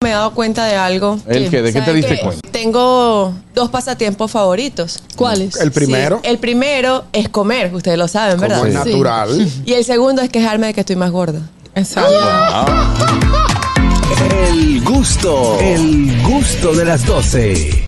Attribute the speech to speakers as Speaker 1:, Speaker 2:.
Speaker 1: me he dado cuenta de algo.
Speaker 2: ¿El qué? ¿De qué te
Speaker 1: ¿saben
Speaker 2: diste cuenta?
Speaker 1: Tengo dos pasatiempos favoritos.
Speaker 3: ¿Cuáles?
Speaker 4: El primero,
Speaker 1: Sí, el primero es comer, ustedes lo saben, ¿verdad?
Speaker 4: como es
Speaker 3: Sí.
Speaker 4: natural.
Speaker 1: Y el segundo es quejarme de que estoy más gorda.
Speaker 5: Exacto.
Speaker 6: El gusto, el gusto de las 12.